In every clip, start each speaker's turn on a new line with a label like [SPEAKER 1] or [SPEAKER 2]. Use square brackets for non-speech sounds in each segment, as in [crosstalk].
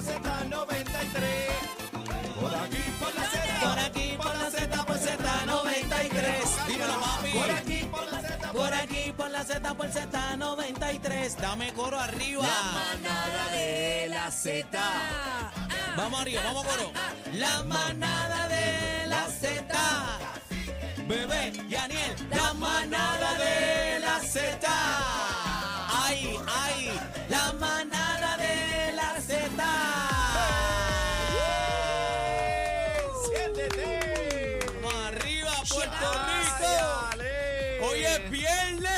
[SPEAKER 1] Z93. Por aquí por la Z. Por aquí por la Z por Z93. Dímelo, papi. Por aquí por la Z. Por aquí por la Z por Z93. Dame coro arriba.
[SPEAKER 2] manada de la Z.
[SPEAKER 1] Vamos arriba, vamos coro. La manada de la Z. Bebé y Aniel, la manada de la Z. Ay, ay, la manada de la Z.
[SPEAKER 2] ¡Siéntete!
[SPEAKER 1] Vamos arriba, Puerto Rico. Hoy es viernes.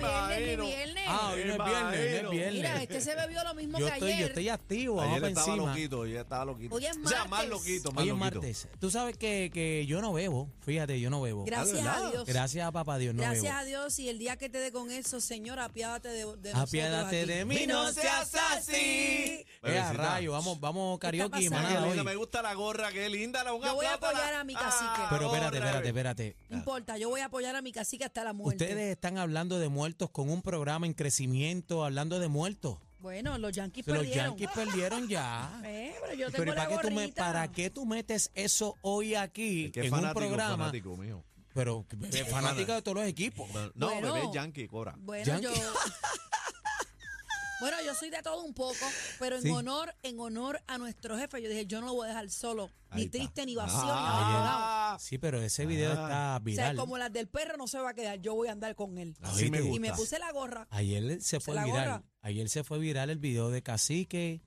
[SPEAKER 2] Maero.
[SPEAKER 3] Viernes, ni viernes.
[SPEAKER 1] Ah, hoy no es viernes, no es
[SPEAKER 3] Mira,
[SPEAKER 1] viernes.
[SPEAKER 3] este se bebió lo mismo
[SPEAKER 1] Yo
[SPEAKER 3] que
[SPEAKER 1] estoy, yo
[SPEAKER 3] ayer.
[SPEAKER 1] estoy activo, vamos
[SPEAKER 2] Ayer
[SPEAKER 1] para
[SPEAKER 2] estaba
[SPEAKER 1] encima.
[SPEAKER 2] loquito, ayer estaba loquito.
[SPEAKER 3] Hoy es
[SPEAKER 2] O sea, más
[SPEAKER 3] martes.
[SPEAKER 2] loquito, más
[SPEAKER 1] Hoy es
[SPEAKER 2] loquito.
[SPEAKER 1] martes. Tú sabes que, que yo no bebo, fíjate, yo no bebo.
[SPEAKER 3] Gracias
[SPEAKER 2] Ah,
[SPEAKER 3] a
[SPEAKER 2] ¿verdad?
[SPEAKER 3] Dios.
[SPEAKER 1] Gracias a papá Dios, no
[SPEAKER 3] Gracias
[SPEAKER 1] bebo.
[SPEAKER 3] a Dios y el día que te dé con eso, Señor, apiádate de, de nosotros
[SPEAKER 1] Apiádate
[SPEAKER 3] aquí.
[SPEAKER 1] de mí, no seas así. Eh, a
[SPEAKER 2] Bebecita.
[SPEAKER 1] rayo, vamos, vamos karaoke,
[SPEAKER 3] pasando?
[SPEAKER 2] Ay, qué
[SPEAKER 1] manada
[SPEAKER 2] linda,
[SPEAKER 1] hoy.
[SPEAKER 2] me gusta la gorra, qué linda. La, una
[SPEAKER 3] Yo voy a
[SPEAKER 2] plátana.
[SPEAKER 3] apoyar a mi cacique.
[SPEAKER 1] Pero espérate,
[SPEAKER 2] gorra,
[SPEAKER 1] espérate,
[SPEAKER 2] bebé.
[SPEAKER 1] espérate.
[SPEAKER 3] No importa, yo voy a apoyar a mi cacique hasta la muerte.
[SPEAKER 1] Ustedes están hablando de muertos con un programa en crecimiento, hablando de muertos.
[SPEAKER 3] Bueno, los Yankees
[SPEAKER 1] Pero los
[SPEAKER 3] perdieron.
[SPEAKER 1] Yankees perdieron ya.
[SPEAKER 3] Eh, pero [laughs] yo tengo
[SPEAKER 1] Pero ¿y
[SPEAKER 3] la
[SPEAKER 1] ¿para qué, tú me-
[SPEAKER 3] gorrita.
[SPEAKER 1] ¿para qué tú metes eso hoy aquí
[SPEAKER 2] Es que es
[SPEAKER 1] en
[SPEAKER 2] fanático,
[SPEAKER 1] un programa?
[SPEAKER 2] fanático mío.
[SPEAKER 1] Pero es fanática de todos los equipos.
[SPEAKER 2] No,
[SPEAKER 3] Bueno.
[SPEAKER 2] bebé, Yankee, cobra.
[SPEAKER 3] Bueno,
[SPEAKER 1] Yankee.
[SPEAKER 3] yo. Bueno, yo soy de todo un poco, pero en
[SPEAKER 1] Sí.
[SPEAKER 3] honor, en honor a nuestro jefe, yo dije, yo no lo voy a dejar solo,
[SPEAKER 2] Ahí
[SPEAKER 3] ni
[SPEAKER 2] está.
[SPEAKER 3] triste,
[SPEAKER 1] Ah,
[SPEAKER 3] ni vacío, ni abandonado.
[SPEAKER 2] Ah,
[SPEAKER 1] Sí, pero ese video está
[SPEAKER 3] O sea,
[SPEAKER 1] viral.
[SPEAKER 3] como las del perro no se va a quedar, yo voy a andar con él.
[SPEAKER 2] Así
[SPEAKER 1] Oíste.
[SPEAKER 2] me gusta.
[SPEAKER 3] Y me puse la gorra.
[SPEAKER 1] Ah, Ayer se fue
[SPEAKER 3] la
[SPEAKER 1] viral.
[SPEAKER 3] gorra?
[SPEAKER 1] Ayer se fue viral el video de Cacique.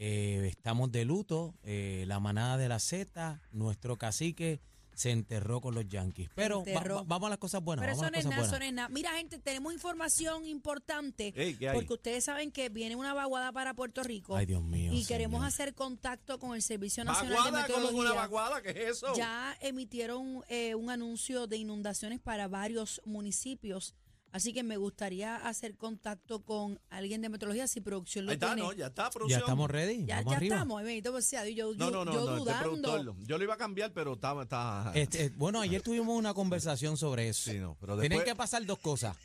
[SPEAKER 1] eh, estamos de luto. eh, la manada de la Z, nuestro cacique, se enterró con los Yankees. Pero va-
[SPEAKER 3] enterró.
[SPEAKER 1] va- vamos a las cosas buenas.
[SPEAKER 3] Pero
[SPEAKER 1] vamos
[SPEAKER 3] eso
[SPEAKER 1] a
[SPEAKER 3] no
[SPEAKER 1] las
[SPEAKER 3] es
[SPEAKER 1] cosas
[SPEAKER 3] nada,
[SPEAKER 1] buenas.
[SPEAKER 3] eso no es nada. Mira, gente, tenemos información importante
[SPEAKER 2] Ey, ¿qué hay?
[SPEAKER 3] porque ustedes saben que viene una vaguada para Puerto Rico
[SPEAKER 1] Ay, Dios mío,
[SPEAKER 3] y queremos
[SPEAKER 1] señor.
[SPEAKER 3] hacer contacto con el Servicio Nacional
[SPEAKER 2] Vaguada,
[SPEAKER 3] de
[SPEAKER 2] como una
[SPEAKER 3] Meteorología.
[SPEAKER 2] vaguada, oh. ¿qué es eso?
[SPEAKER 3] ya emitieron eh, un anuncio de inundaciones para varios municipios, así que me gustaría hacer contacto con alguien de meteorología si producción lo
[SPEAKER 2] Ahí está,
[SPEAKER 3] tiene.
[SPEAKER 2] no, ya está,
[SPEAKER 1] Ya
[SPEAKER 2] producción.
[SPEAKER 1] estamos ready.
[SPEAKER 3] ya
[SPEAKER 1] vamos
[SPEAKER 3] ya
[SPEAKER 1] arriba.
[SPEAKER 3] estamos, ay, bendito pues sea Dios, yo,
[SPEAKER 2] No,
[SPEAKER 3] yo-
[SPEAKER 2] no, no,
[SPEAKER 3] yo
[SPEAKER 2] no, este
[SPEAKER 3] dudando.
[SPEAKER 2] productor, yo lo iba a cambiar, pero está... está
[SPEAKER 1] Este, eh, bueno, ayer tuvimos una conversación sobre eso.
[SPEAKER 2] Sí, no, pero
[SPEAKER 1] Tienen
[SPEAKER 2] después-
[SPEAKER 1] que pasar dos cosas.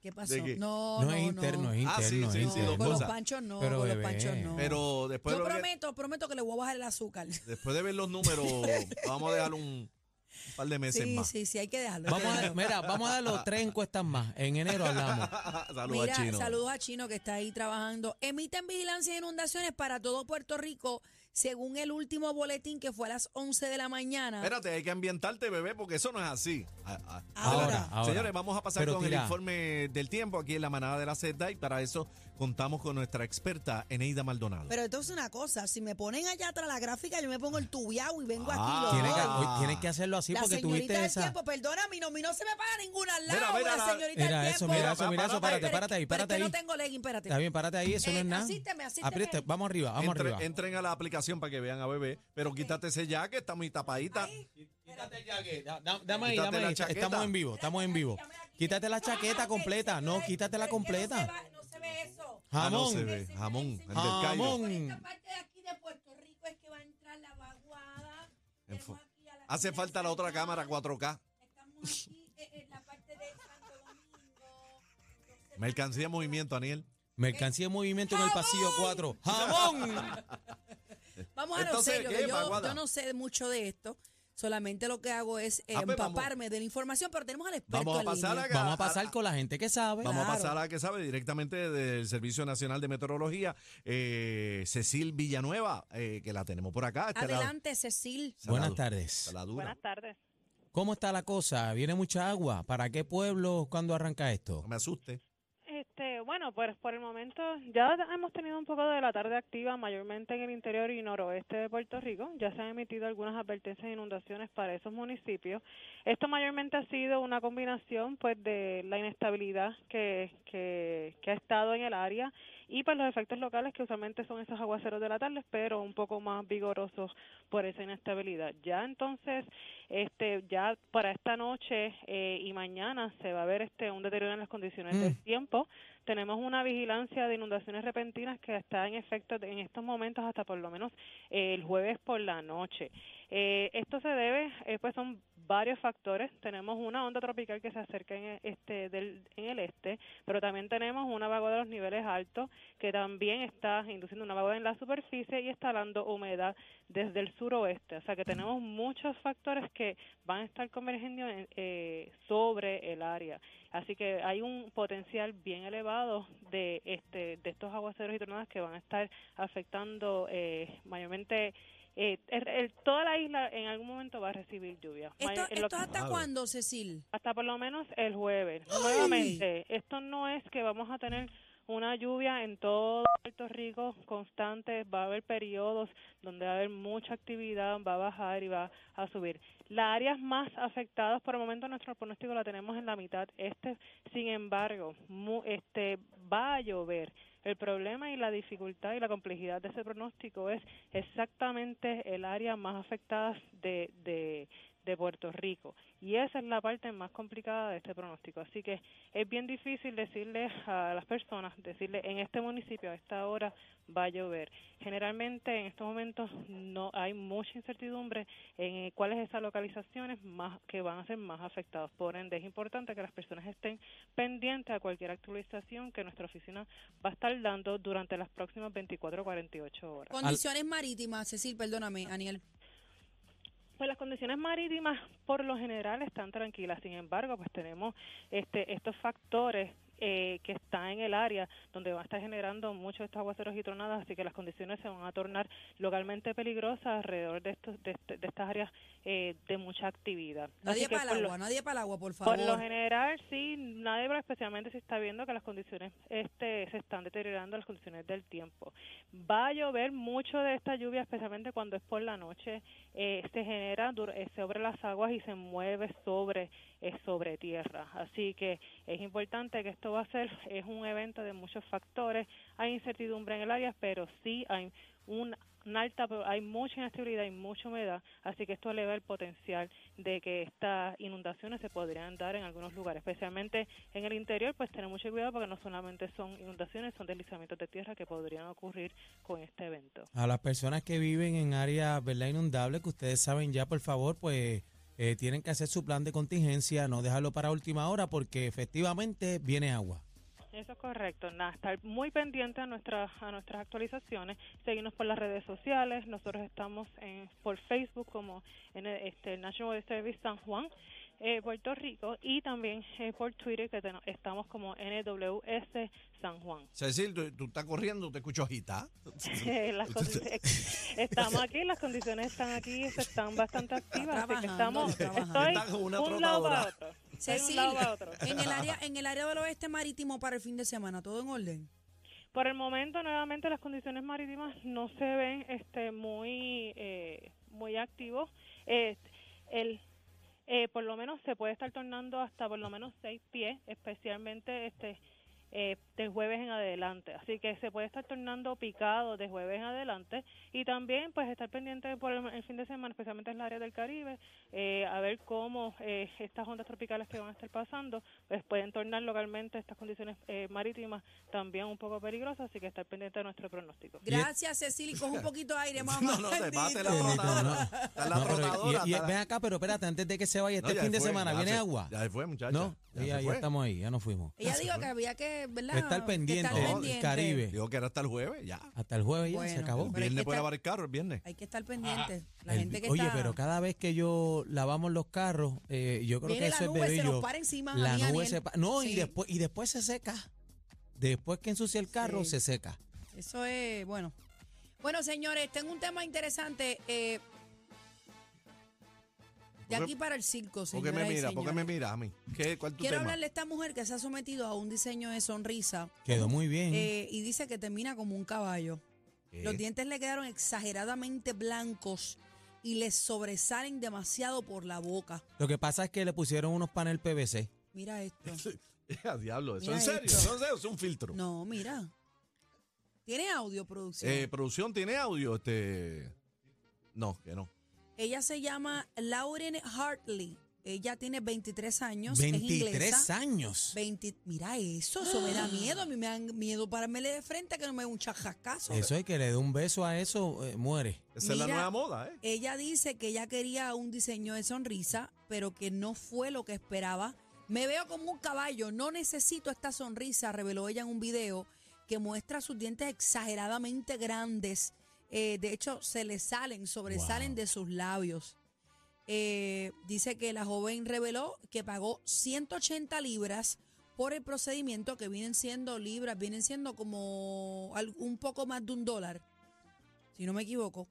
[SPEAKER 3] ¿Qué pasó?
[SPEAKER 2] qué?
[SPEAKER 3] No,
[SPEAKER 1] No,
[SPEAKER 3] no,
[SPEAKER 1] es interno, es interno.
[SPEAKER 2] Ah, sí,
[SPEAKER 1] es
[SPEAKER 2] sí, sí,
[SPEAKER 1] interno.
[SPEAKER 2] dos
[SPEAKER 3] Con los
[SPEAKER 2] cosas.
[SPEAKER 3] panchos no,
[SPEAKER 1] Pero,
[SPEAKER 3] con
[SPEAKER 1] bebé,
[SPEAKER 3] los panchos no.
[SPEAKER 2] Pero después,
[SPEAKER 3] Yo
[SPEAKER 2] de lo que-
[SPEAKER 3] prometo, prometo que le voy a bajar el azúcar. [laughs]
[SPEAKER 2] después de ver los números, vamos a dejar un, un par de meses
[SPEAKER 3] Sí,
[SPEAKER 2] más.
[SPEAKER 3] sí, sí, hay que dejarlo. hay que
[SPEAKER 1] Vamos a,
[SPEAKER 3] dejarlo.
[SPEAKER 1] mira, vamos a dar los tres encuestas más. En enero
[SPEAKER 3] [laughs]
[SPEAKER 1] hablamos.
[SPEAKER 2] [laughs] Saludos
[SPEAKER 3] Mira,
[SPEAKER 2] a Chino.
[SPEAKER 3] saludos a Chino que está ahí trabajando. Emiten vigilancia de inundaciones para todo Puerto Rico, según el último boletín que fue a las 11 de la mañana.
[SPEAKER 2] Espérate, hay que ambientarte, bebé, porque eso no es así. Ah, ah,
[SPEAKER 3] Ahora,
[SPEAKER 2] adelante.
[SPEAKER 1] ahora.
[SPEAKER 2] Señores, vamos a pasar
[SPEAKER 1] Pero
[SPEAKER 2] con
[SPEAKER 1] tira.
[SPEAKER 2] el informe del tiempo aquí en la manada de la Z y para eso contamos con nuestra experta Eneida Maldonado.
[SPEAKER 4] Pero entonces una cosa, si me ponen allá atrás la gráfica, yo me pongo el tubiao y vengo
[SPEAKER 2] Ah.
[SPEAKER 4] aquí.
[SPEAKER 1] Tienes
[SPEAKER 4] loco.
[SPEAKER 1] que,
[SPEAKER 2] Ah.
[SPEAKER 1] hoy tienes que hacerlo así
[SPEAKER 4] la
[SPEAKER 1] porque
[SPEAKER 4] señorita
[SPEAKER 1] tuviste
[SPEAKER 4] del
[SPEAKER 1] esa.
[SPEAKER 4] tiempo, perdóname, no, mi no se me para ninguna al lado,
[SPEAKER 2] Mira,
[SPEAKER 4] la
[SPEAKER 2] mira, la-
[SPEAKER 4] señorita
[SPEAKER 1] Mira
[SPEAKER 4] del
[SPEAKER 1] eso,
[SPEAKER 4] tiempo.
[SPEAKER 1] mira eso, mira
[SPEAKER 2] Párate,
[SPEAKER 1] eso, párate, párate ahí,
[SPEAKER 3] Pero es
[SPEAKER 1] párate ahí.
[SPEAKER 3] que no tengo legging, espérate.
[SPEAKER 1] Está bien, párate ahí, eso no
[SPEAKER 3] Eh,
[SPEAKER 1] es nada.
[SPEAKER 3] asísteme, asísteme.
[SPEAKER 1] Apriete, vamos arriba, vamos
[SPEAKER 2] Entre-
[SPEAKER 1] arriba.
[SPEAKER 2] Entren a la aplicación para que vean a bebé, pero quítate ese jacket, está muy tapadita.
[SPEAKER 1] Dame ahí,
[SPEAKER 2] Quítate
[SPEAKER 1] dame
[SPEAKER 2] la
[SPEAKER 1] ahí.
[SPEAKER 2] chaqueta.
[SPEAKER 1] Estamos en vivo, estamos en vivo. Quítate la
[SPEAKER 3] Ah,
[SPEAKER 1] chaqueta completa, no, quítatela completa.
[SPEAKER 3] No se ve eso.
[SPEAKER 2] Ah, no se
[SPEAKER 1] Jamón,
[SPEAKER 2] ve, jamón, el del Cairo.
[SPEAKER 1] jamón.
[SPEAKER 3] parte de aquí de Puerto Rico es que va a entrar la vaguada.
[SPEAKER 2] En fo- Hace falta la otra cámara 4K.
[SPEAKER 3] Estamos aquí eh, en la parte de Santo Domingo.
[SPEAKER 2] Mercancía en movimiento, Aniel.
[SPEAKER 1] Mercancía en movimiento en el pasillo 4.
[SPEAKER 3] [laughs]
[SPEAKER 1] ¡Jamón!
[SPEAKER 3] Vamos a lo
[SPEAKER 2] Entonces,
[SPEAKER 3] serio,
[SPEAKER 2] ¿qué,
[SPEAKER 3] que yo,
[SPEAKER 2] vaguada?
[SPEAKER 3] yo no sé mucho de esto. Solamente lo que hago es eh,
[SPEAKER 2] Ah, pues,
[SPEAKER 3] empaparme de la información, pero tenemos al experto
[SPEAKER 2] Vamos a
[SPEAKER 3] en
[SPEAKER 2] pasar
[SPEAKER 3] línea.
[SPEAKER 2] a-
[SPEAKER 1] Vamos a pasar con la gente que sabe.
[SPEAKER 2] Vamos a
[SPEAKER 3] Claro.
[SPEAKER 2] pasar a la que sabe directamente del Servicio Nacional de Meteorología, eh, Cecil Villanueva, eh, que la tenemos por acá. Esta es la-
[SPEAKER 3] Adelante, Cecil.
[SPEAKER 2] esta es la
[SPEAKER 1] Buenas
[SPEAKER 2] du- esta
[SPEAKER 1] tardes.
[SPEAKER 2] es la dura.
[SPEAKER 5] Buenas tardes.
[SPEAKER 1] ¿Cómo está la cosa? ¿Viene mucha agua? ¿Para qué pueblo? ¿Cuándo arranca esto?
[SPEAKER 2] No me asuste.
[SPEAKER 5] Este, bueno, pues por el momento ya hemos tenido un poco de la tarde activa, mayormente en el interior y noroeste de Puerto Rico. Ya se han emitido algunas advertencias de inundaciones para esos municipios. Esto mayormente ha sido una combinación, pues, de la inestabilidad que, que, que ha estado en el área y pues los efectos locales que usualmente son esos aguaceros de la tarde, pero un poco más vigorosos por esa inestabilidad. Ya entonces, este, ya para esta noche eh, y mañana se va a ver este un deterioro en las condiciones
[SPEAKER 1] Mm.
[SPEAKER 5] del tiempo. Tenemos una vigilancia de inundaciones repentinas que está en efecto de- en estos momentos hasta por lo menos eh, el jueves por la noche. Eh, esto se debe, eh, pues son varios factores. Tenemos una onda tropical que se acerca en el, este, del, en el este, pero también tenemos una vaguada de los niveles altos que también está induciendo una vaguada en la superficie y está dando humedad desde el suroeste. O sea que tenemos muchos factores que van a estar convergiendo en- eh, sobre el área. Así que hay un potencial bien elevado de, este, de estos aguaceros y tornadas que van a estar afectando eh, mayormente eh, el- el- toda la isla en algún momento va a recibir lluvia.
[SPEAKER 3] ¿Esto,
[SPEAKER 5] Mayor- en lo-
[SPEAKER 3] esto hasta
[SPEAKER 2] Wow.
[SPEAKER 3] cuándo, Cecil?
[SPEAKER 5] hasta por lo menos el jueves. Nuevamente, esto no es que vamos a tener una lluvia en todo Puerto Rico constante, va a haber periodos donde va a haber mucha actividad, va a bajar y va a subir. Las áreas más afectadas por el momento nuestro pronóstico la tenemos en la mitad este, sin embargo, mu- este va a llover. El problema y la dificultad y la complejidad de ese pronóstico es exactamente el área más afectada de, de, de Puerto Rico. Y esa es la parte más complicada de este pronóstico. Así que es bien difícil decirle a las personas, decirle en este municipio a esta hora va a llover. Generalmente en estos momentos no hay mucha incertidumbre en eh, cuáles esas localizaciones más que van a ser más afectadas. Por ende, es importante que las personas estén pendientes a cualquier actualización que nuestra oficina va a estar dando durante las próximas 24 o 48 horas.
[SPEAKER 3] Condiciones marítimas, Cecil, perdóname, Aniel.
[SPEAKER 5] Pues las condiciones marítimas por lo general están tranquilas, sin embargo, pues tenemos este, estos factores eh, que están en el área donde va a estar generando muchos de estos aguaceros y tronadas, así que las condiciones se van a tornar localmente peligrosas alrededor de, estos, de, este- de estas áreas eh, de mucha actividad.
[SPEAKER 3] Nadie
[SPEAKER 5] Así que
[SPEAKER 3] para
[SPEAKER 5] por
[SPEAKER 3] el
[SPEAKER 5] lo-
[SPEAKER 3] agua, nadie para el agua, por favor.
[SPEAKER 5] por lo general, sí, nadie, pero especialmente si está viendo que las condiciones este, se están deteriorando, las condiciones del tiempo. Va a llover mucho de esta lluvia, especialmente cuando es por la noche. eh, se genera dur- eh, sobre las aguas y se mueve sobre, eh, sobre tierra. Así que es importante que esto va a ser, es un evento de muchos factores. Hay incertidumbre en el área, pero sí hay un una alta, pro- hay mucha inestabilidad y mucha humedad, así que esto eleva el potencial de que estas inundaciones se podrían dar en algunos lugares, especialmente en el interior, pues tener mucho cuidado porque no solamente son inundaciones, son deslizamientos de tierra que podrían ocurrir con este evento.
[SPEAKER 1] A las personas que viven en áreas ¿verdad? inundables, que ustedes saben ya, por favor, pues eh, tienen que hacer su plan de contingencia, no dejarlo para última hora, porque efectivamente viene agua.
[SPEAKER 5] Eso es correcto, nada, estar muy pendiente a nuestras, a nuestras actualizaciones, seguirnos por las redes sociales, nosotros estamos en, por Facebook como en el, este, el National Weather Service San Juan, eh, Puerto Rico, y también eh, por Twitter que teno- estamos como NWS San Juan.
[SPEAKER 2] Cecil, tú, tú estás corriendo, te escucho agitar.
[SPEAKER 5] [laughs] Eh, Las condi- eh, estamos aquí, las condiciones están aquí, se están bastante activas, así que
[SPEAKER 3] trabajando,
[SPEAKER 5] estamos,
[SPEAKER 3] está
[SPEAKER 5] estoy
[SPEAKER 3] trabajando.
[SPEAKER 2] Está con una
[SPEAKER 5] de un lado para
[SPEAKER 2] trotadora.
[SPEAKER 5] otro. estoy de un
[SPEAKER 3] Cecil,
[SPEAKER 5] lado para otro.
[SPEAKER 3] en el, área, en el área del oeste marítimo para el fin de semana, ¿todo en orden?
[SPEAKER 5] Por el momento, nuevamente, las condiciones marítimas no se ven este, muy, eh, muy activos. Eh, el, eh, por lo menos se puede estar tornando hasta por lo menos seis pies, especialmente este eh, de jueves en adelante. Así que se puede estar tornando picado de jueves en adelante y también pues estar pendiente por el, el fin de semana, especialmente en el área del Caribe, eh, a ver cómo eh, estas ondas tropicales que van a estar pasando pues pueden tornar localmente estas condiciones eh, marítimas también un poco peligrosas, así que estar pendiente de nuestro pronóstico.
[SPEAKER 3] Gracias, Cecil, y coge
[SPEAKER 1] [laughs]
[SPEAKER 3] un
[SPEAKER 2] [laughs]
[SPEAKER 3] poquito de aire, mamá.
[SPEAKER 2] No, no, te bate la
[SPEAKER 3] Bendito.
[SPEAKER 2] trotadora.
[SPEAKER 1] No,
[SPEAKER 2] Está la
[SPEAKER 1] No, pero- y-
[SPEAKER 2] trotadora.
[SPEAKER 1] y-
[SPEAKER 2] está la-
[SPEAKER 1] ven acá, pero espérate, antes de que se vaya
[SPEAKER 2] No,
[SPEAKER 1] este
[SPEAKER 2] ya
[SPEAKER 1] fin de
[SPEAKER 2] fue,
[SPEAKER 1] semana,
[SPEAKER 2] ya
[SPEAKER 1] ¿viene
[SPEAKER 2] se-
[SPEAKER 1] agua?
[SPEAKER 2] Ya se fue, muchacha.
[SPEAKER 1] no,
[SPEAKER 2] ya,
[SPEAKER 1] ya,
[SPEAKER 2] se
[SPEAKER 1] ya
[SPEAKER 2] fue.
[SPEAKER 1] estamos ahí, ya nos fuimos.
[SPEAKER 3] Ella dijo que había que, ¿verdad?
[SPEAKER 1] Estar pendiente,
[SPEAKER 3] Que
[SPEAKER 1] del
[SPEAKER 3] estar
[SPEAKER 2] No,
[SPEAKER 3] pendiente.
[SPEAKER 1] Caribe.
[SPEAKER 2] Digo que era hasta el jueves, ya.
[SPEAKER 1] Hasta el jueves ya se
[SPEAKER 3] Bueno,
[SPEAKER 1] acabó.
[SPEAKER 2] El
[SPEAKER 3] Pero hay que
[SPEAKER 2] viernes puede
[SPEAKER 3] estar-
[SPEAKER 2] lavar el carro, el viernes.
[SPEAKER 3] Hay que estar pendiente. La
[SPEAKER 1] El-
[SPEAKER 3] gente que
[SPEAKER 1] Ah. oye,
[SPEAKER 3] está...
[SPEAKER 1] pero cada vez que yo lavamos los carros, eh, yo creo
[SPEAKER 3] Viene
[SPEAKER 1] que
[SPEAKER 3] la
[SPEAKER 1] eso es
[SPEAKER 3] nube,
[SPEAKER 1] bebé
[SPEAKER 3] se
[SPEAKER 1] y
[SPEAKER 3] nos
[SPEAKER 1] yo-
[SPEAKER 3] para encima,
[SPEAKER 1] La
[SPEAKER 3] Daniel.
[SPEAKER 1] nube se pa- No,
[SPEAKER 3] Sí.
[SPEAKER 1] y después, y después se seca. Después que ensucia el carro,
[SPEAKER 3] Sí.
[SPEAKER 1] se seca.
[SPEAKER 3] Eso es, bueno. Bueno, señores, tengo un tema interesante. eh, de
[SPEAKER 2] Porque-
[SPEAKER 3] aquí para el 5,
[SPEAKER 2] ¿Por qué
[SPEAKER 3] señoras
[SPEAKER 2] me
[SPEAKER 3] y
[SPEAKER 2] mira? ¿Por qué me
[SPEAKER 3] señores.
[SPEAKER 2] mira a mí? ¿Qué, ¿Cuál es tu
[SPEAKER 3] Quiero
[SPEAKER 2] tema?
[SPEAKER 3] hablarle a esta mujer que se ha sometido a un diseño de sonrisa
[SPEAKER 1] Quedó muy bien.
[SPEAKER 3] eh, y dice que termina como un caballo.
[SPEAKER 2] ¿Qué? [laughs]
[SPEAKER 3] Los dientes le quedaron exageradamente blancos y le sobresalen demasiado por la boca.
[SPEAKER 1] Lo que pasa es que le pusieron unos panel PVC.
[SPEAKER 3] Mira esto.
[SPEAKER 2] Ya, Ah, diablo, ¿eso
[SPEAKER 3] Mira
[SPEAKER 2] en serio?
[SPEAKER 3] esto.
[SPEAKER 2] ¿Eso en serio? ¿Es un filtro?
[SPEAKER 3] No, mira. Tiene audio producción.
[SPEAKER 2] Eh, ¿Producción tiene audio? Este... No, que no.
[SPEAKER 3] Ella se llama Lauren Hartley Ella tiene 23 años. es
[SPEAKER 1] 23
[SPEAKER 3] inglesa.
[SPEAKER 1] años.
[SPEAKER 3] 20 mira eso, eso me da miedo. A mí me dan miedo pararme de frente a que no me dé un chajascazo.
[SPEAKER 1] Eso es que le dé un beso a eso, eh, muere.
[SPEAKER 2] Esa es la
[SPEAKER 3] Mira,
[SPEAKER 2] nueva moda, ¿eh?
[SPEAKER 3] Ella dice que ella quería un diseño de sonrisa, pero que no fue lo que esperaba. Me veo como un caballo, no necesito esta sonrisa, reveló ella en un video que muestra sus dientes exageradamente grandes. Eh, de hecho, se le salen, sobresalen
[SPEAKER 1] Wow.
[SPEAKER 3] de sus labios. Eh, dice que la joven reveló que pagó 180 libras por el procedimiento, que vienen siendo libras, vienen siendo como al- un poco más de un dólar, si no me equivoco.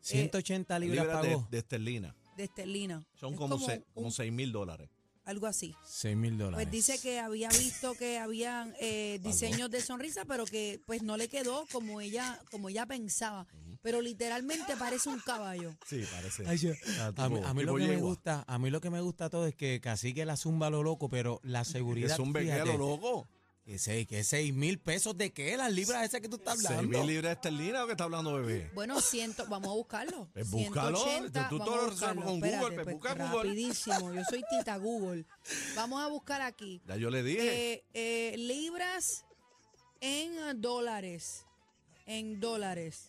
[SPEAKER 1] 180 libras
[SPEAKER 2] Libras de,
[SPEAKER 1] pagó.
[SPEAKER 2] de esterlina.
[SPEAKER 3] de esterlina.
[SPEAKER 2] Son
[SPEAKER 3] Es
[SPEAKER 2] como, se-
[SPEAKER 3] un-
[SPEAKER 2] como 6 mil dólares.
[SPEAKER 3] algo así.
[SPEAKER 1] 6 mil dólares.
[SPEAKER 3] Pues dice que había visto que habían eh, diseños de sonrisa, pero que pues no le quedó como ella como ella pensaba. Pero literalmente parece un caballo.
[SPEAKER 2] Sí, parece.
[SPEAKER 1] Ay, yo- a, mí, a mí lo que me
[SPEAKER 2] gusta
[SPEAKER 1] gusta, a mí lo que me gusta todo es que Cacique la zumba a lo loco, pero la seguridad.
[SPEAKER 2] Es un
[SPEAKER 1] fíjate,
[SPEAKER 2] bequero loco.
[SPEAKER 1] Que 6 que seis mil pesos de qué, las libras esas que tú estás
[SPEAKER 2] 6
[SPEAKER 1] hablando.
[SPEAKER 2] mil libras de esterlina o qué está hablando, bebé.
[SPEAKER 3] Bueno, ciento, vamos a buscarlo.
[SPEAKER 2] Pues búscalo,
[SPEAKER 3] 180,
[SPEAKER 2] tú
[SPEAKER 3] vamos
[SPEAKER 2] todo
[SPEAKER 3] a
[SPEAKER 2] lo
[SPEAKER 3] buscarlo.
[SPEAKER 2] resuelves con
[SPEAKER 3] Espérate,
[SPEAKER 2] Google, pues,
[SPEAKER 3] pues,
[SPEAKER 2] busca Google.
[SPEAKER 3] Rapidísimo, yo soy Tita Google. Vamos a buscar aquí.
[SPEAKER 2] Ya yo le dije.
[SPEAKER 3] Eh, eh, libras en dólares. En dólares.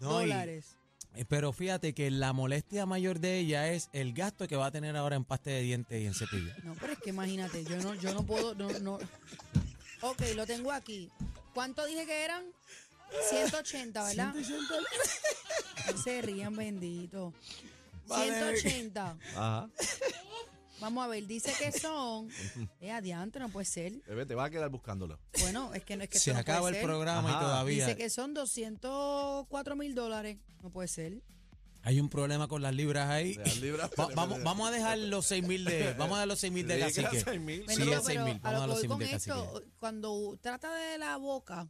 [SPEAKER 1] No, y-
[SPEAKER 3] dólares.
[SPEAKER 1] eh, pero fíjate que la molestia mayor de ella es el gasto que va a tener ahora en pasta de dientes y en cepillo.
[SPEAKER 3] No, pero es que imagínate, yo no, yo no puedo, no, no. Ok, lo tengo aquí. ¿Cuánto dije que eran? 180, ¿verdad? No se rían, bendito. 180.
[SPEAKER 2] Ajá.
[SPEAKER 3] Vamos a ver, dice que son. Eh, adiante, no puede ser.
[SPEAKER 2] Bebé, te vas a quedar buscándolo.
[SPEAKER 3] Bueno, es que no es que
[SPEAKER 1] Se
[SPEAKER 3] esto no
[SPEAKER 1] acaba
[SPEAKER 3] puede
[SPEAKER 1] el
[SPEAKER 3] ser.
[SPEAKER 1] programa
[SPEAKER 2] Ajá.
[SPEAKER 1] y todavía
[SPEAKER 3] Dice que son 204 mil dólares. No puede ser.
[SPEAKER 1] hay un problema con las libras ahí.
[SPEAKER 2] Las
[SPEAKER 1] [laughs]
[SPEAKER 2] libras- pues,
[SPEAKER 1] Va- vamos, vamos
[SPEAKER 2] [laughs]
[SPEAKER 1] a dejar los 6 mil de, vamos a dejar los 6 mil de
[SPEAKER 2] Le dije que
[SPEAKER 1] Cacique.
[SPEAKER 2] era 6,000.
[SPEAKER 1] Sí,
[SPEAKER 3] Bueno,
[SPEAKER 1] a 6.000, vamos
[SPEAKER 3] a
[SPEAKER 1] a
[SPEAKER 3] lo
[SPEAKER 1] los
[SPEAKER 3] que voy
[SPEAKER 1] 6.000
[SPEAKER 3] con
[SPEAKER 1] de
[SPEAKER 3] esto, cuando trata de la boca,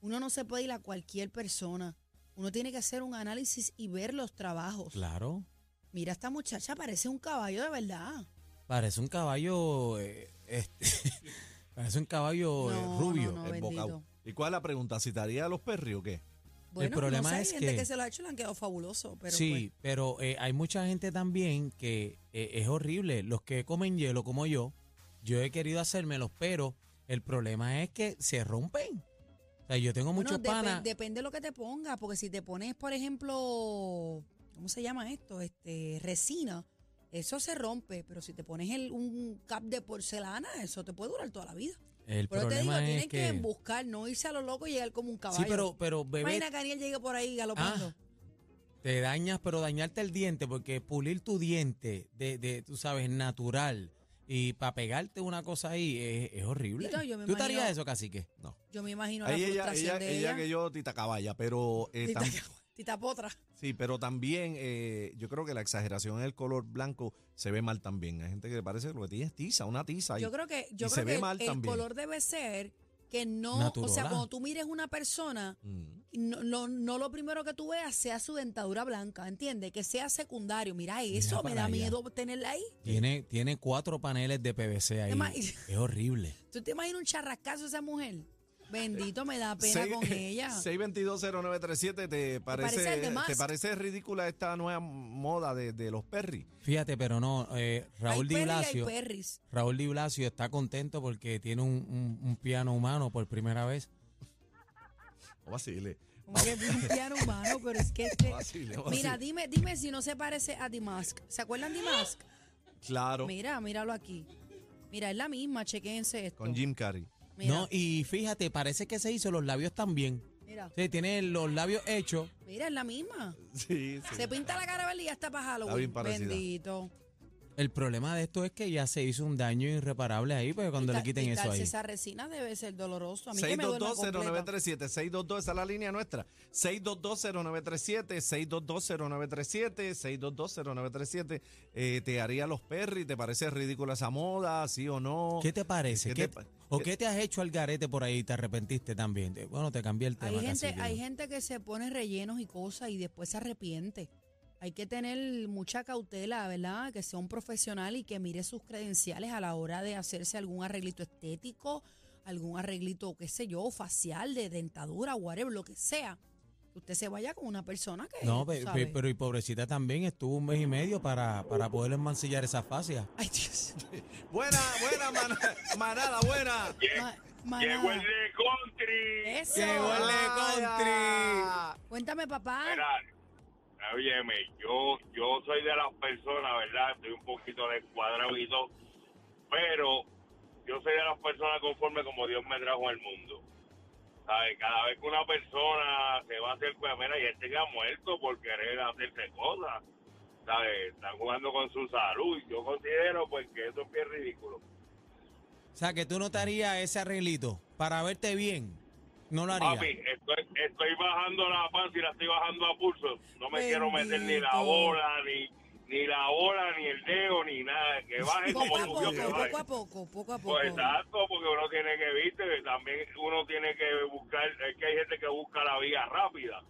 [SPEAKER 3] uno no se puede ir a cualquier persona. Uno tiene que hacer un análisis y ver los trabajos.
[SPEAKER 1] Claro.
[SPEAKER 3] Mira, esta muchacha parece un caballo de verdad.
[SPEAKER 1] Parece un caballo. eh, este, [laughs] parece un caballo eh,
[SPEAKER 3] No,
[SPEAKER 1] rubio.
[SPEAKER 3] no,
[SPEAKER 2] el
[SPEAKER 3] bendito.
[SPEAKER 2] bocao. ¿Y cuál es la pregunta? ¿Citaría a los perros o qué?
[SPEAKER 3] Bueno,
[SPEAKER 1] problema
[SPEAKER 3] no sé,
[SPEAKER 1] es
[SPEAKER 3] hay gente que...
[SPEAKER 1] que
[SPEAKER 3] se lo ha hecho y le han quedado fabuloso. Pero pues,
[SPEAKER 1] sí, pero eh, hay mucha gente también que eh, es horrible. Los que comen hielo, como yo, yo he querido hacérmelos, pero el problema es que se rompen. O sea, yo tengo
[SPEAKER 3] pues,
[SPEAKER 1] muchos
[SPEAKER 3] bueno, depen-
[SPEAKER 1] panas.
[SPEAKER 3] depende de lo que te pongas, porque si te pones, por ejemplo, ¿cómo se llama esto? Este, resina, eso se rompe, pero si te pones el- un cap de porcelana, eso te puede durar toda la vida.
[SPEAKER 1] El
[SPEAKER 3] Pero te digo,
[SPEAKER 1] problema
[SPEAKER 3] tienen
[SPEAKER 1] es
[SPEAKER 3] que...
[SPEAKER 1] que.
[SPEAKER 3] buscar, no irse a lo loco y llegar como un caballo.
[SPEAKER 1] Sí, pero, pero bebé, Ah.
[SPEAKER 3] Imagina que Ariel llegue por ahí galopando.
[SPEAKER 1] te dañas, pero dañarte el diente, porque pulir tu diente de, de tú sabes, natural. Y para pegarte una cosa ahí es, es horrible.
[SPEAKER 3] Tito, yo me
[SPEAKER 1] ¿Tú te harías
[SPEAKER 3] imagino-
[SPEAKER 1] eso, cacique?
[SPEAKER 2] No.
[SPEAKER 3] Yo me imagino
[SPEAKER 2] Ahí
[SPEAKER 3] la
[SPEAKER 2] ella,
[SPEAKER 3] frustración
[SPEAKER 2] ella,
[SPEAKER 3] de
[SPEAKER 2] ella
[SPEAKER 3] ella.
[SPEAKER 2] que yo, Tita Caballa, pero... eh,
[SPEAKER 3] Tita
[SPEAKER 2] tam-
[SPEAKER 3] Tita Potra.
[SPEAKER 2] sí, pero también eh, yo creo que la exageración en el color blanco se ve mal también. Hay gente que le parece que lo que tiene es tiza, una tiza. ahí.
[SPEAKER 3] Yo creo que, yo
[SPEAKER 2] Y se
[SPEAKER 3] creo
[SPEAKER 2] ve
[SPEAKER 3] que el-
[SPEAKER 2] mal
[SPEAKER 3] el,
[SPEAKER 2] también.
[SPEAKER 3] color debe ser que no, o sea,
[SPEAKER 1] Natural.
[SPEAKER 3] cuando tú mires una persona,
[SPEAKER 2] Mm.
[SPEAKER 3] no, no, no lo primero que tú veas sea su dentadura blanca, ¿entiendes? Que sea secundario. Mira eso, me
[SPEAKER 1] para
[SPEAKER 3] da
[SPEAKER 1] allá.
[SPEAKER 3] miedo tenerla ahí.
[SPEAKER 1] Tiene, tiene cuatro paneles de PVC ahí.
[SPEAKER 3] Emma, y-
[SPEAKER 1] Es horrible.
[SPEAKER 3] ¿Tú te imaginas un charrascazo a esa mujer? Bendito, me da pena
[SPEAKER 2] Seis-
[SPEAKER 3] con ella.
[SPEAKER 2] 6220937 te parece,
[SPEAKER 3] parece el de Musk?
[SPEAKER 2] te parece ridícula esta nueva moda de, de los perris.
[SPEAKER 1] Fíjate, pero no, eh, Raúl
[SPEAKER 3] hay
[SPEAKER 1] Di
[SPEAKER 3] perris y
[SPEAKER 1] Blasio,
[SPEAKER 3] hay perris.
[SPEAKER 1] Raúl Di Blasio está contento porque tiene un, un- un piano humano por primera vez.
[SPEAKER 2] No vacile,
[SPEAKER 3] Como que es un piano humano, pero es que este...
[SPEAKER 2] no [laughs] vacile,
[SPEAKER 1] Oh,
[SPEAKER 2] no
[SPEAKER 3] Mira,
[SPEAKER 2] vacile.
[SPEAKER 3] dime, dime si no se parece a Dimask. ¿Se acuerdan de Dimask?
[SPEAKER 2] Claro,
[SPEAKER 3] Mira, míralo aquí. Mira, es la misma, chequense esto.
[SPEAKER 2] con Jim Carrey.
[SPEAKER 3] Mira,
[SPEAKER 1] No, y fíjate, parece que se hizo los labios también.
[SPEAKER 3] mira,
[SPEAKER 1] Sí, tiene los labios hechos.
[SPEAKER 3] mira, es la misma.
[SPEAKER 2] Sí, sí.
[SPEAKER 3] Se pinta la cara verde y ya está para Halloween.
[SPEAKER 2] bien parecida.
[SPEAKER 3] Bendito.
[SPEAKER 1] El problema de esto es que ya se hizo un daño irreparable ahí, porque cuando le
[SPEAKER 3] Quita-
[SPEAKER 1] quiten eso
[SPEAKER 3] quitarse
[SPEAKER 1] ahí.
[SPEAKER 3] Esa resina debe ser doloroso. A mí que me duerma
[SPEAKER 2] 6220937,
[SPEAKER 3] completa.
[SPEAKER 2] 622, esa es la línea nuestra. 6220937, 6220937, 6220937. Eh, ¿Te haría los perris? ¿Te parece ridícula esa moda? ¿Sí o no?
[SPEAKER 1] ¿Qué te parece?
[SPEAKER 2] ¿Qué te
[SPEAKER 1] ¿Qué-
[SPEAKER 2] pa-
[SPEAKER 1] ¿O
[SPEAKER 2] qué-
[SPEAKER 1] qué te has hecho al garete por ahí y te arrepentiste también? Eh, Bueno, te cambié el tema.
[SPEAKER 3] Hay gente,
[SPEAKER 1] cacique.
[SPEAKER 3] hay gente que se pone rellenos y cosas y después se arrepiente. Hay que tener mucha cautela, ¿verdad? Que sea un profesional y que mire sus credenciales a la hora de hacerse algún arreglito estético, algún arreglito, qué sé yo, facial, de dentadura, whatever, lo que sea. usted se vaya con una persona que.
[SPEAKER 1] No,
[SPEAKER 3] tú
[SPEAKER 1] pe- pe-
[SPEAKER 3] sabes.
[SPEAKER 1] pero y pobrecita también estuvo un mes y medio para, para poder enmancillar esa fascia.
[SPEAKER 3] Ay,
[SPEAKER 6] [laughs]
[SPEAKER 3] Dios.
[SPEAKER 2] Buena, buena, man- manada, [laughs] buena.
[SPEAKER 3] Ma- manada.
[SPEAKER 6] Llegó el de country.
[SPEAKER 3] Eso.
[SPEAKER 2] Llegó el de
[SPEAKER 3] Cuéntame, papá.
[SPEAKER 6] Mira, óyeme, yo, yo soy de las personas, ¿verdad? Estoy un poquito descuadrado y todo, pero yo soy de las personas conforme como Dios me trajo al mundo. ¿Sabes? Cada vez que una persona se va a hacer pues, mira, y este ya muerto por querer hacerse cosas, ¿sabes? Están jugando con su salud. Yo considero pues que eso es bien ridículo.
[SPEAKER 1] O sea, que tú
[SPEAKER 2] Mm.
[SPEAKER 1] no te harías ese arreglito para verte bien. No lo haría.
[SPEAKER 6] Papi, estoy, estoy bajando la panza y la estoy bajando a pulso. No me quiero meter ni la
[SPEAKER 3] Bendito.
[SPEAKER 6] bola, ni, ni la bola, ni el dedo, ni nada. Que baje
[SPEAKER 3] Poco
[SPEAKER 6] como
[SPEAKER 3] a
[SPEAKER 6] tú Dios, que
[SPEAKER 3] poco,
[SPEAKER 6] baje.
[SPEAKER 3] poco a poco, poco a poco.
[SPEAKER 6] Pues exacto, porque uno tiene que, viste, también uno tiene que buscar, es que hay gente que busca la vía rápida.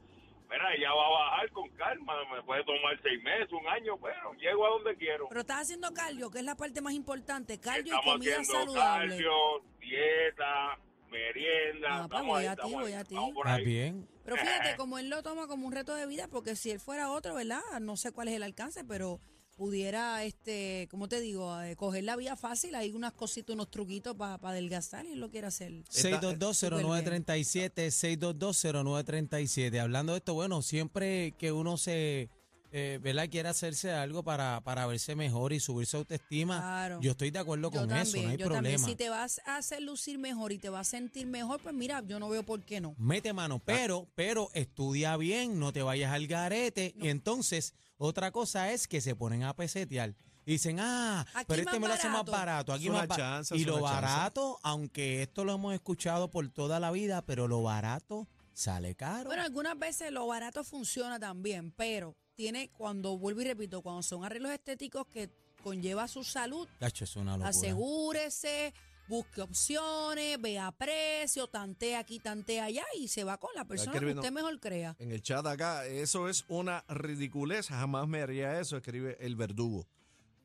[SPEAKER 6] Mira, ella va a bajar con calma, me puede tomar seis meses, un año, pero llego a donde quiero.
[SPEAKER 3] Pero estás haciendo cardio, que es la parte más importante. Cardio y
[SPEAKER 6] estamos
[SPEAKER 3] comida
[SPEAKER 6] haciendo
[SPEAKER 3] saludable.
[SPEAKER 6] cardio, dieta, merienda.
[SPEAKER 3] Ah, pues, voy
[SPEAKER 6] estamos ahí,
[SPEAKER 3] a ti,
[SPEAKER 6] estamos ahí,
[SPEAKER 3] voy a ti.
[SPEAKER 6] estamos por
[SPEAKER 1] Ah,
[SPEAKER 6] ahí.
[SPEAKER 1] bien.
[SPEAKER 3] Pero fíjate,
[SPEAKER 6] [laughs]
[SPEAKER 3] como él lo toma como un reto de vida, porque si él fuera otro, ¿verdad? No sé cuál es el alcance, pero pudiera, este, ¿cómo te digo? Eh, coger la vía fácil, hay unas cositas, unos truquitos para adelgazar y él lo quiere hacer.
[SPEAKER 1] 6220937, 6220937. Hablando de esto, bueno, siempre que uno se, eh, ¿verdad? Quiere hacerse algo para, para verse mejor y subir su autoestima.
[SPEAKER 3] Claro.
[SPEAKER 1] Yo estoy de acuerdo con eso, no hay
[SPEAKER 3] yo
[SPEAKER 1] problema.
[SPEAKER 3] también. Si te vas a hacer lucir mejor y te vas a sentir mejor, pues mira, yo no veo por qué no.
[SPEAKER 1] Mete mano, pero, pero estudia bien, no te vayas al garete. Y entonces, otra cosa es que se ponen a pesetear. Y dicen, ah,
[SPEAKER 3] Aquí
[SPEAKER 1] pero este
[SPEAKER 3] más
[SPEAKER 1] me lo hace más
[SPEAKER 3] barato.
[SPEAKER 1] barato. Aquí
[SPEAKER 2] Es una
[SPEAKER 1] más ba-
[SPEAKER 2] chanza, es
[SPEAKER 1] y lo
[SPEAKER 2] una chanza.
[SPEAKER 1] barato, aunque esto lo hemos escuchado por toda la vida, pero lo barato sale caro.
[SPEAKER 3] Bueno, algunas veces lo barato funciona también, pero tiene, cuando vuelvo y repito, cuando son arreglos estéticos que conlleva su salud,
[SPEAKER 1] Cacho, es una locura.
[SPEAKER 3] asegúrese, busque opciones, vea precio, tantea aquí, tantea allá y se va con la persona que
[SPEAKER 2] Kirby, no.
[SPEAKER 3] usted mejor crea.
[SPEAKER 2] En el chat acá, eso es una ridiculez. Jamás me haría eso, escribe el verdugo.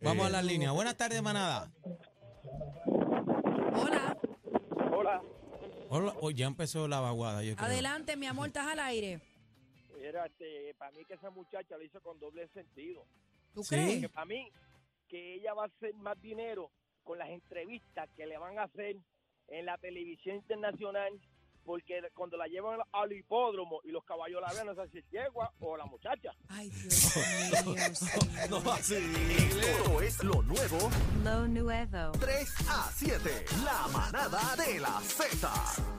[SPEAKER 1] Vamos a
[SPEAKER 2] Eh, [laughs]
[SPEAKER 1] las líneas. Buenas tardes, manada.
[SPEAKER 3] Hola,
[SPEAKER 7] Hola,
[SPEAKER 1] Hola, oh, ya empezó la vaguada, yo creo.
[SPEAKER 3] adelante, mi amor, estás al aire.
[SPEAKER 7] Mira, este, para mí que esa muchacha lo hizo con doble sentido.
[SPEAKER 3] ¿Tú
[SPEAKER 1] Sí.
[SPEAKER 3] crees?
[SPEAKER 7] Que para mí que ella va a hacer más dinero con las entrevistas que le van a hacer en la televisión internacional, porque cuando la llevan al hipódromo y los caballos la ven, no sé si es yegua o la muchacha.
[SPEAKER 3] Ay,
[SPEAKER 1] [laughs]
[SPEAKER 3] Dios mío. señor.
[SPEAKER 2] No vacile.
[SPEAKER 8] Esto es lo nuevo
[SPEAKER 9] Lo nuevo.
[SPEAKER 8] 3 a 7. La manada de la Z.